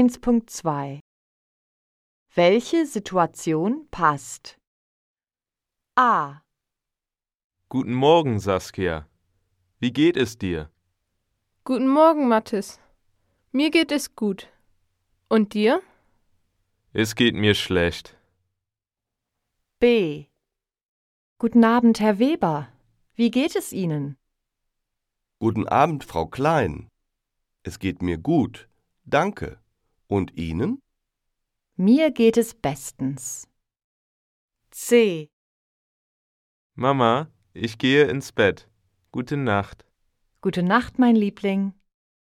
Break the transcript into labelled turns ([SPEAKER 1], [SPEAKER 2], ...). [SPEAKER 1] 1.2 Welche Situation passt? A.
[SPEAKER 2] Guten Morgen, Saskia. Wie geht es dir?
[SPEAKER 3] Guten Morgen, Mathis. Mir geht es gut. Und dir?
[SPEAKER 2] Es geht mir schlecht.
[SPEAKER 1] B. Guten Abend, Herr Weber. Wie geht es Ihnen?
[SPEAKER 4] Guten Abend, Frau Klein. Es geht mir gut, danke. Und Ihnen?
[SPEAKER 1] Mir geht es bestens. C.
[SPEAKER 2] Mama, ich gehe ins Bett. Gute Nacht.
[SPEAKER 1] Gute Nacht, mein Liebling.